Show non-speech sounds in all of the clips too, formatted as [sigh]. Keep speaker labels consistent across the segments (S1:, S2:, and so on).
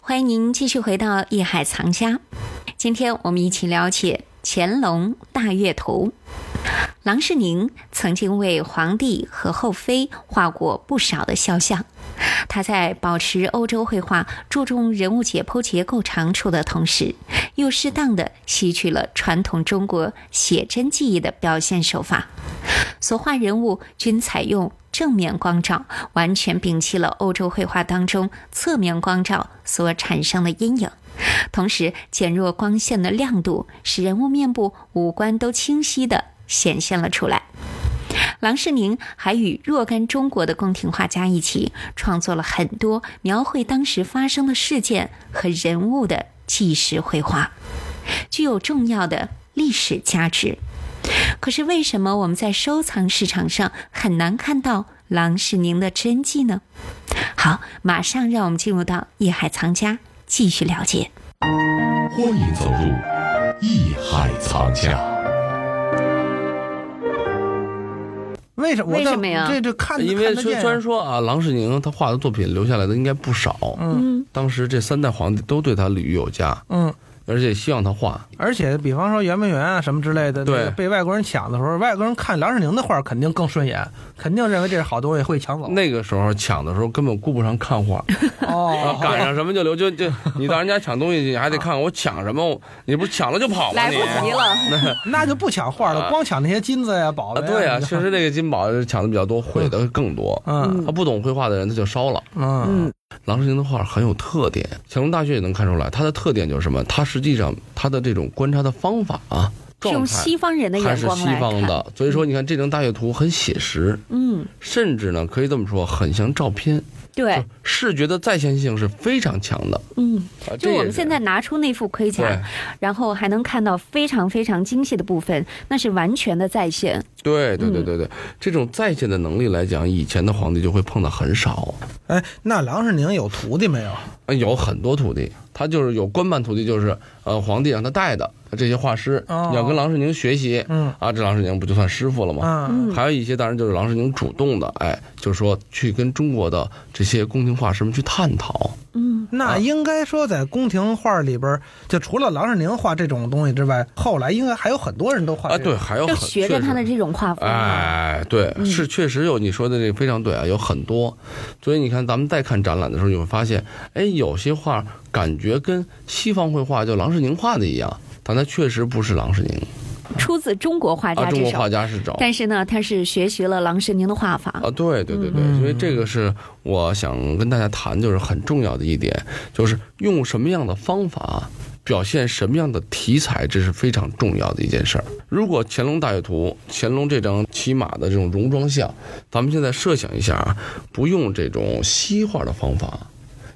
S1: 欢迎您继续回到《艺海藏家》，今天我们一起了解乾隆大阅图。郎世宁曾经为皇帝和后妃画过不少的肖像。他在保持欧洲绘画注重人物解剖结构长处的同时，又适当的吸取了传统中国写真技艺的表现手法。所画人物均采用正面光照，完全摒弃了欧洲绘画当中侧面光照所产生的阴影。同时，减弱光线的亮度，使人物面部五官都清晰的显现了出来。郎世宁还与若干中国的宫廷画家一起创作了很多描绘当时发生的事件和人物的纪实绘画，具有重要的历史价值。可是，为什么我们在收藏市场上很难看到郎世宁的真迹呢？好，马上让我们进入到艺海藏家。继续了解，
S2: 欢迎走入艺海藏家。
S3: 为什么？
S1: 为什么呀
S3: 这这看
S4: 因为
S3: 啊看得
S4: 虽
S3: 见
S4: 虽然说啊，郎世宁他画的作品留下来的应该不少，
S1: 嗯，
S4: 当时这三代皇帝都对他礼遇有加，
S3: 嗯，
S4: 而且希望他画。
S3: 而且比方说圆明园啊什么之类的，
S4: 对
S3: 那个被外国人抢的时候，外国人看郎世宁的画肯定更顺眼，肯定认为这是好东西，会抢走。
S4: 那个时候抢的时候根本顾不上看画， [laughs] 啊
S3: 哦，
S4: 赶上什么就留，就 [laughs] 就你到人家抢东西，你还得看我抢什么，我你不是抢了就跑吗？
S1: 来
S4: 你
S1: 不及了。
S3: 那就不抢画了，光抢那些金子呀、宝
S4: 啊，
S3: 贝呀。
S4: 对
S3: 呀、
S4: 啊，确实那个金宝抢的比较多，毁的更多。
S3: 嗯
S4: 他不懂绘画的人他就烧了。
S3: 嗯
S4: 郎世宁的画很有特点，乾隆大学也能看出来，它的特点就是什么？它实际上它的这种观察的方法啊，
S1: 是
S4: 状
S1: 用
S4: 态
S1: 西方人的
S4: 还
S1: 眼
S4: 是
S1: 光
S4: 西
S1: 来
S4: 方
S1: 看，
S4: 的，所以说你看这张大阅图很写实，
S1: 嗯，
S4: 甚至呢可以这么说，很像照片，
S1: 对，
S4: 视觉的再现性是非常强的。
S1: 嗯，
S4: 啊这
S1: 就我
S4: 也
S1: 们
S4: 是
S1: 现在拿出那副盔
S4: 对
S1: 甲，然后还能看到非常非常精细的部分，那是完全的再现。
S4: 对对对对
S1: 嗯
S4: 对，这种再现的能力来讲，以前的皇帝就会碰到很少。
S3: 哎，那郎世宁有徒弟没有？
S4: 啊有很多徒弟，他就是有官办徒弟，就是呃皇帝让他带的这些画师，
S3: 哦
S4: 你要跟郎世宁学习，
S3: 嗯
S4: 啊，这郎世宁不就算师傅了吗？
S3: 嗯
S4: 啊还有一些当然就是郎世宁主动的，哎，就是说去跟中国的这些宫廷画师们去探讨，
S1: 嗯，
S4: 啊
S3: 那应该说，在宫廷画里边，就除了郎世宁画这种东西之外，后来应该还有很多人都画
S4: 啊，
S3: 这种
S4: 对，还有
S1: 就
S4: 很
S1: 学着他的。
S4: 确实
S1: 这种画风啊，
S4: 哎，对，是确实有你说的这个非常对啊，有很多，所以你看咱们再看展览的时候，你会发现，哎，有些画感觉跟西方绘画就郎世宁画的一样，但它确实不是郎世宁
S1: 出自中国画
S4: 啊，
S1: 家
S4: 中
S1: 之
S4: 国画
S1: 手。
S4: 家是找
S1: 但是呢，他是学习了郎世宁的画法，
S4: 啊，对对对对，所以这个是我想跟大家谈，就是很重要的一点，就是用什么样的方法表现什么样的题材，这是非常重要的一件事儿。如果乾隆大阅图，乾隆这张骑马的这种戎装像，咱们现在设想一下啊，不用这种西画的方法，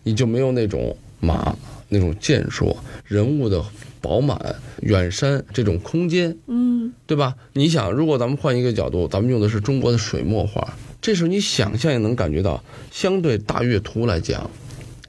S4: 你就没有那种马那种健硕人物的饱满远山这种空间，
S1: 嗯，
S4: 对吧？你想，如果咱们换一个角度，咱们用的是中国的水墨画，这时候你想象也能感觉到，相对大阅图来讲，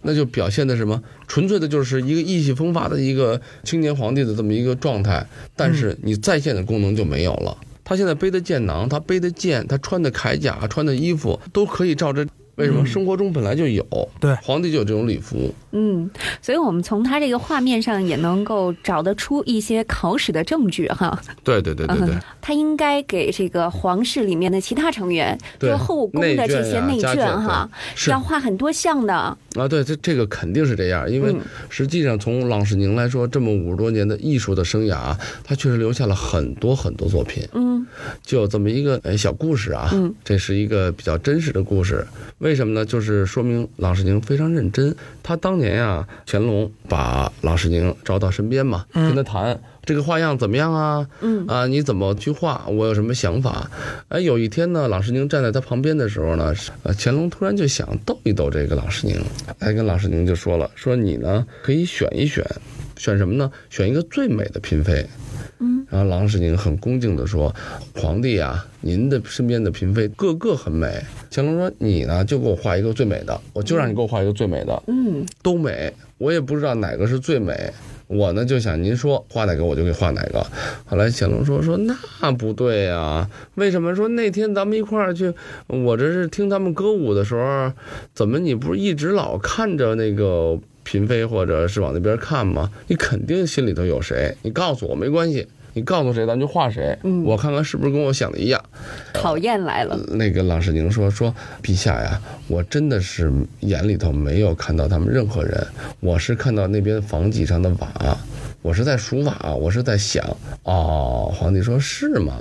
S4: 那就表现的什么？纯粹的就是一个意气风发的一个青年皇帝的这么一个状态，但是你再现的功能就没有了。他现在背的箭囊，他背的剑，他穿的铠甲、穿的衣服，都可以照着。为什么生活中本来就有？
S3: 对
S4: 皇帝就有这种礼服。
S1: 嗯，所以我们从他这个画面上也能够找得出一些考史的证据哈。
S4: 对对对对对
S1: 嗯，他应该给这个皇室里面的其他成员，就
S4: 对
S1: 是后宫的这些内
S4: 内
S1: 卷
S4: 卷啊
S1: 哈，
S4: 是
S1: 要画很多项的。
S4: 啊，对，这这个肯定是这样，因为
S1: 嗯
S4: 实际上从郎世宁来说，这么五十多年的艺术的生涯啊，他确实留下了很多很多作品。
S1: 嗯，
S4: 就有这么一个呃小故事啊，
S1: 嗯
S4: 这是一个比较真实的故事。为什么呢？就是说明郎世宁非常认真。他当年啊，乾隆把郎世宁招到身边嘛，跟他谈。这个画样怎么样啊？
S1: 嗯
S4: 啊，你怎么去画？我有什么想法？哎，有一天呢，郎世宁站在他旁边的时候呢，呃，乾隆突然就想逗一逗这个郎世宁，哎，跟郎世宁就说了，说你呢可以选一选，选什么呢？选一个最美的嫔妃。然后郎世宁很恭敬地说：“皇帝啊，您的身边的嫔妃个个很美。”乾隆说：“你呢，就给我画一个最美的，我就让你给我画一个最美的，
S1: 嗯，
S4: 都美，我也不知道哪个是最美。”我呢就想您说画哪个我就给画哪个。后来乾隆说说那不对啊，为什么？说那天咱们一块儿去，我这是听他们歌舞的时候，怎么你不是一直老看着那个嫔妃或者是往那边看嘛，你肯定心里头有谁，你告诉我没关系。你告诉谁，咱就画谁。我看看是不是跟我想的一样。
S5: 考验来了，
S4: 那个郎世宁说：“说陛下呀，我真的是眼里头没有看到他们任何人，我是看到那边房脊上的瓦，我是在数瓦，我是在想。哦，皇帝说：是吗？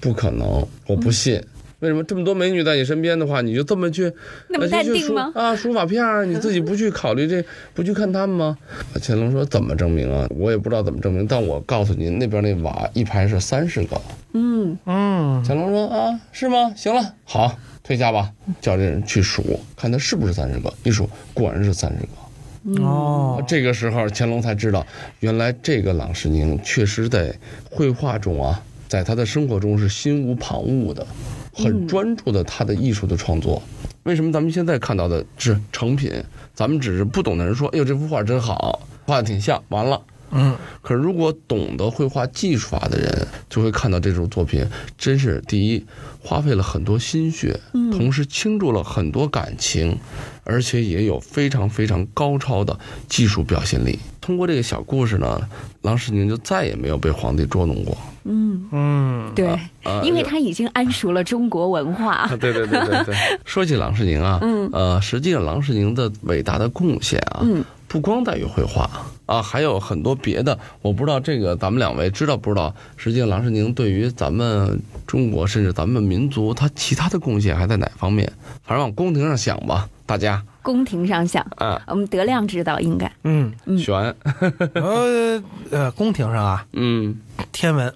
S4: 不可能，我不信。为什么这么多美女在你身边的话，你就这么去？
S5: 那么
S4: 呃就
S5: 淡
S4: 去
S5: 定
S4: 数
S5: 吗
S4: 啊，数瓦片儿，你自己不去考虑
S5: [laughs]
S4: 这，不去看他们吗？啊乾隆说：怎么证明啊？我也不知道怎么证明，但我告诉您，那边那瓦一排是三十个。
S5: 嗯，
S3: 嗯，
S4: 乾隆说啊，是吗？行了，好，退下吧。叫这人去数，看他是不是三十个。一数，果然是三十个。
S3: 哦，
S4: 这个时候，乾隆才知道，原来这个郎世宁确实在绘画中啊，在他的生活中是心无旁骛的，
S3: 嗯
S4: 很专注的他的艺术的创作。为什么咱们现在看到的是成品？咱们只是不懂的人说，哎呦，这幅画真好，画的挺像，完了。
S3: 嗯，
S4: 可是如果懂得绘画技术法的人，就会看到这种作品，真是第一，花费了很多心血，同时倾注了很多感情，而且也有非常非常高超的技术表现力。通过这个小故事呢，郎世宁就再也没有被皇帝捉弄过。
S3: 嗯，
S5: 对，
S4: 啊
S5: 因为他已经谙熟了中国文化，
S4: 对对对对对。说起郎世宁啊，嗯，呃，实际上郎世宁的伟大的贡献啊，嗯，不光在于绘画啊，还有很多别的。我不知道这个咱们两位知道不知道？实际上郎世宁对于咱们中国甚至咱们民族，他其他的贡献还在哪方面？反正往宫廷上想吧，大家
S5: 宫廷上想，
S4: 啊，
S5: 我们德亮知道应该，
S3: 嗯，
S4: 选， [laughs]
S3: 呃呃，宫廷上啊，
S4: 嗯，
S3: 天文、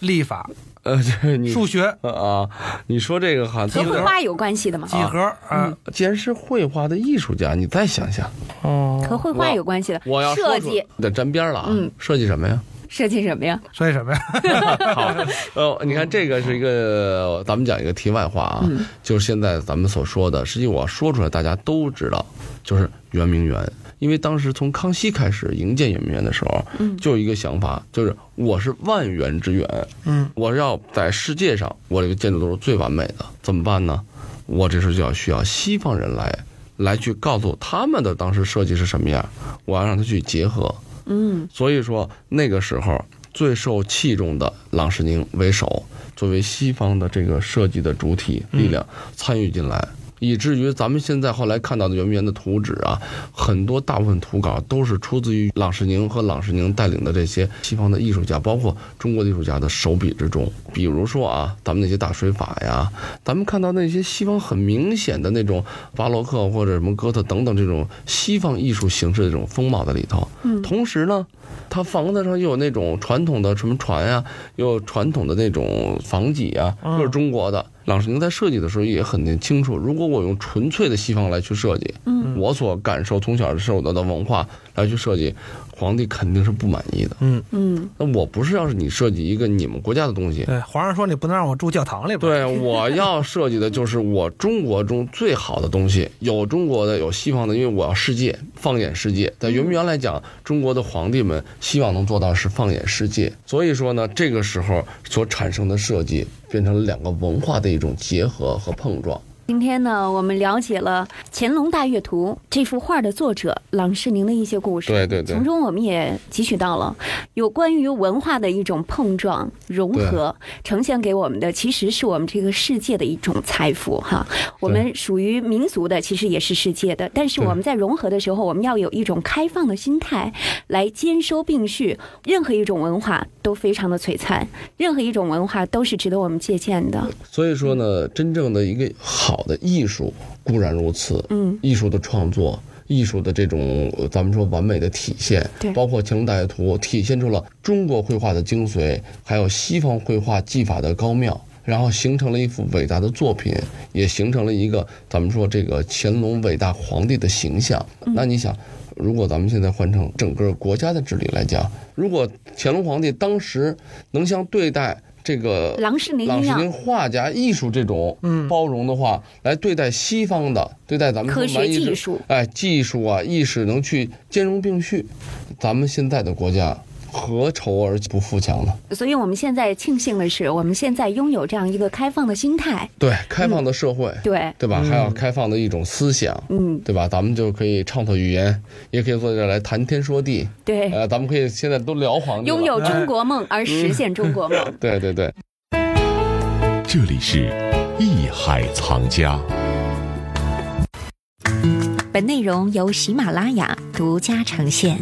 S3: 历法、
S4: 呃，这你
S3: 数学、
S4: 啊，你说这个哈，
S5: 和
S4: 他
S5: 绘画有关系的吗？
S3: 几
S1: 哦
S3: 何啊，
S4: 既然是绘画的艺术家，你再想想，
S3: 哦，
S5: 和绘画有关系的，
S4: 我要说
S5: 设
S4: 出
S5: 计
S4: 得沾边了啊，
S5: 嗯
S4: 设计什么呀？
S5: 设计什么呀？
S3: 所以什么呀？
S4: 好，呃，你看这个是一个，咱们讲一个题外话啊，就是现在咱们所说的，实际我说出来大家都知道，就是圆明园。因为当时从康熙开始营建圆明园的时候，就有一个想法，就是我是万园之园，
S3: 嗯，
S4: 我要在世界上我这个建筑都是最完美的，怎么办呢？我这时候就要需要西方人来来去告诉我他们的当时设计是什么样，我要让他去结合，
S5: 嗯，
S4: 所以说那个时候最受器重的郎世宁为首，作为西方的这个设计的主体力量参与进来，以至于咱们现在后来看到的圆明园的图纸啊，很多大部分图稿都是出自于郎世宁和郎世宁带领的这些西方的艺术家，包括中国的艺术家的手笔之中。比如说啊，咱们那些大水法呀，咱们看到那些西方很明显的那种巴洛克或者什么哥特等等这种西方艺术形式的这种风貌在里头。嗯，同时呢，它房子上又有那种传统的什么船呀、又有传统的那种房脊啊，又是中国的。郎世宁在设计的时候也很清楚，如果我用纯粹的西方来去设计，嗯，我所感受从小受到的文化来去设计，皇帝肯定是不满意的。
S3: 嗯
S5: 嗯，
S4: 那我不是要是你设计一个你们国家的东西，
S3: 对，皇上说你不能让我住教堂里边，，
S4: [laughs] 对，我要设计的就是我中国中最好的东西，有中国的，有西方的，因为我要世界，放眼世界。在圆明园来讲，中国的皇帝们希望能做到是放眼世界，所以说呢，这个时候所产生的设计变成了两个文化的一种结合和碰撞。
S5: 今天呢，我们了解了《乾隆大阅图》这幅画的作者郎世宁的一些故事，
S4: 对对对
S5: 从中我们也汲取到了有关于文化的一种碰撞、融合，呈现给我们的其实是我们这个世界的一种财富哈。我们属于民族的，其实也是世界的，但是
S4: 对
S5: 我们在融合的时候，我们要有一种开放的心态来兼收并蓄，任何一种文化都非常的璀璨，任何一种文化都是值得我们借鉴的。
S4: 所以说呢，真正的一个好的艺术固然如此，
S5: 嗯，
S4: 艺术的创作。艺术的这种，呃咱们说完美的体现，
S5: 对
S4: 包括《乾隆大阅图》体现出了中国绘画的精髓，还有西方绘画技法的高妙，然后形成了一幅伟大的作品，也形成了一个咱们说这个乾隆伟大皇帝的形象。
S5: 嗯
S4: 那你想，如果咱们现在换成整个国家的治理来讲，如果乾隆皇帝当时能像对待这个
S5: 郎世宁
S4: 朗
S5: 一
S4: 世
S5: 样
S4: 宁画家艺术这种包容的话，来对待西方的，对待咱们
S5: 科学
S4: 说文艺
S5: 技
S4: 之
S5: 术
S4: 哎，技术啊，意识能去兼容并蓄，咱们现在的国家何愁而不富强呢？
S1: 所以我们现在庆幸的是，我们现在拥有这样一个开放的心态。
S4: 对，开放的社会，
S5: 嗯
S4: 嗯
S1: 对，
S4: 对吧？还有开放的一种思想，
S1: 嗯，
S4: 对吧？咱们就可以畅所欲言，也可以坐这儿来谈天说地。
S1: 对，
S4: 呃，咱们可以现在都聊黄帝了
S1: 拥有中国梦而实现中国梦。
S4: 对对对，
S2: 这里是艺海藏家。
S6: 本内容由喜马拉雅独家呈现。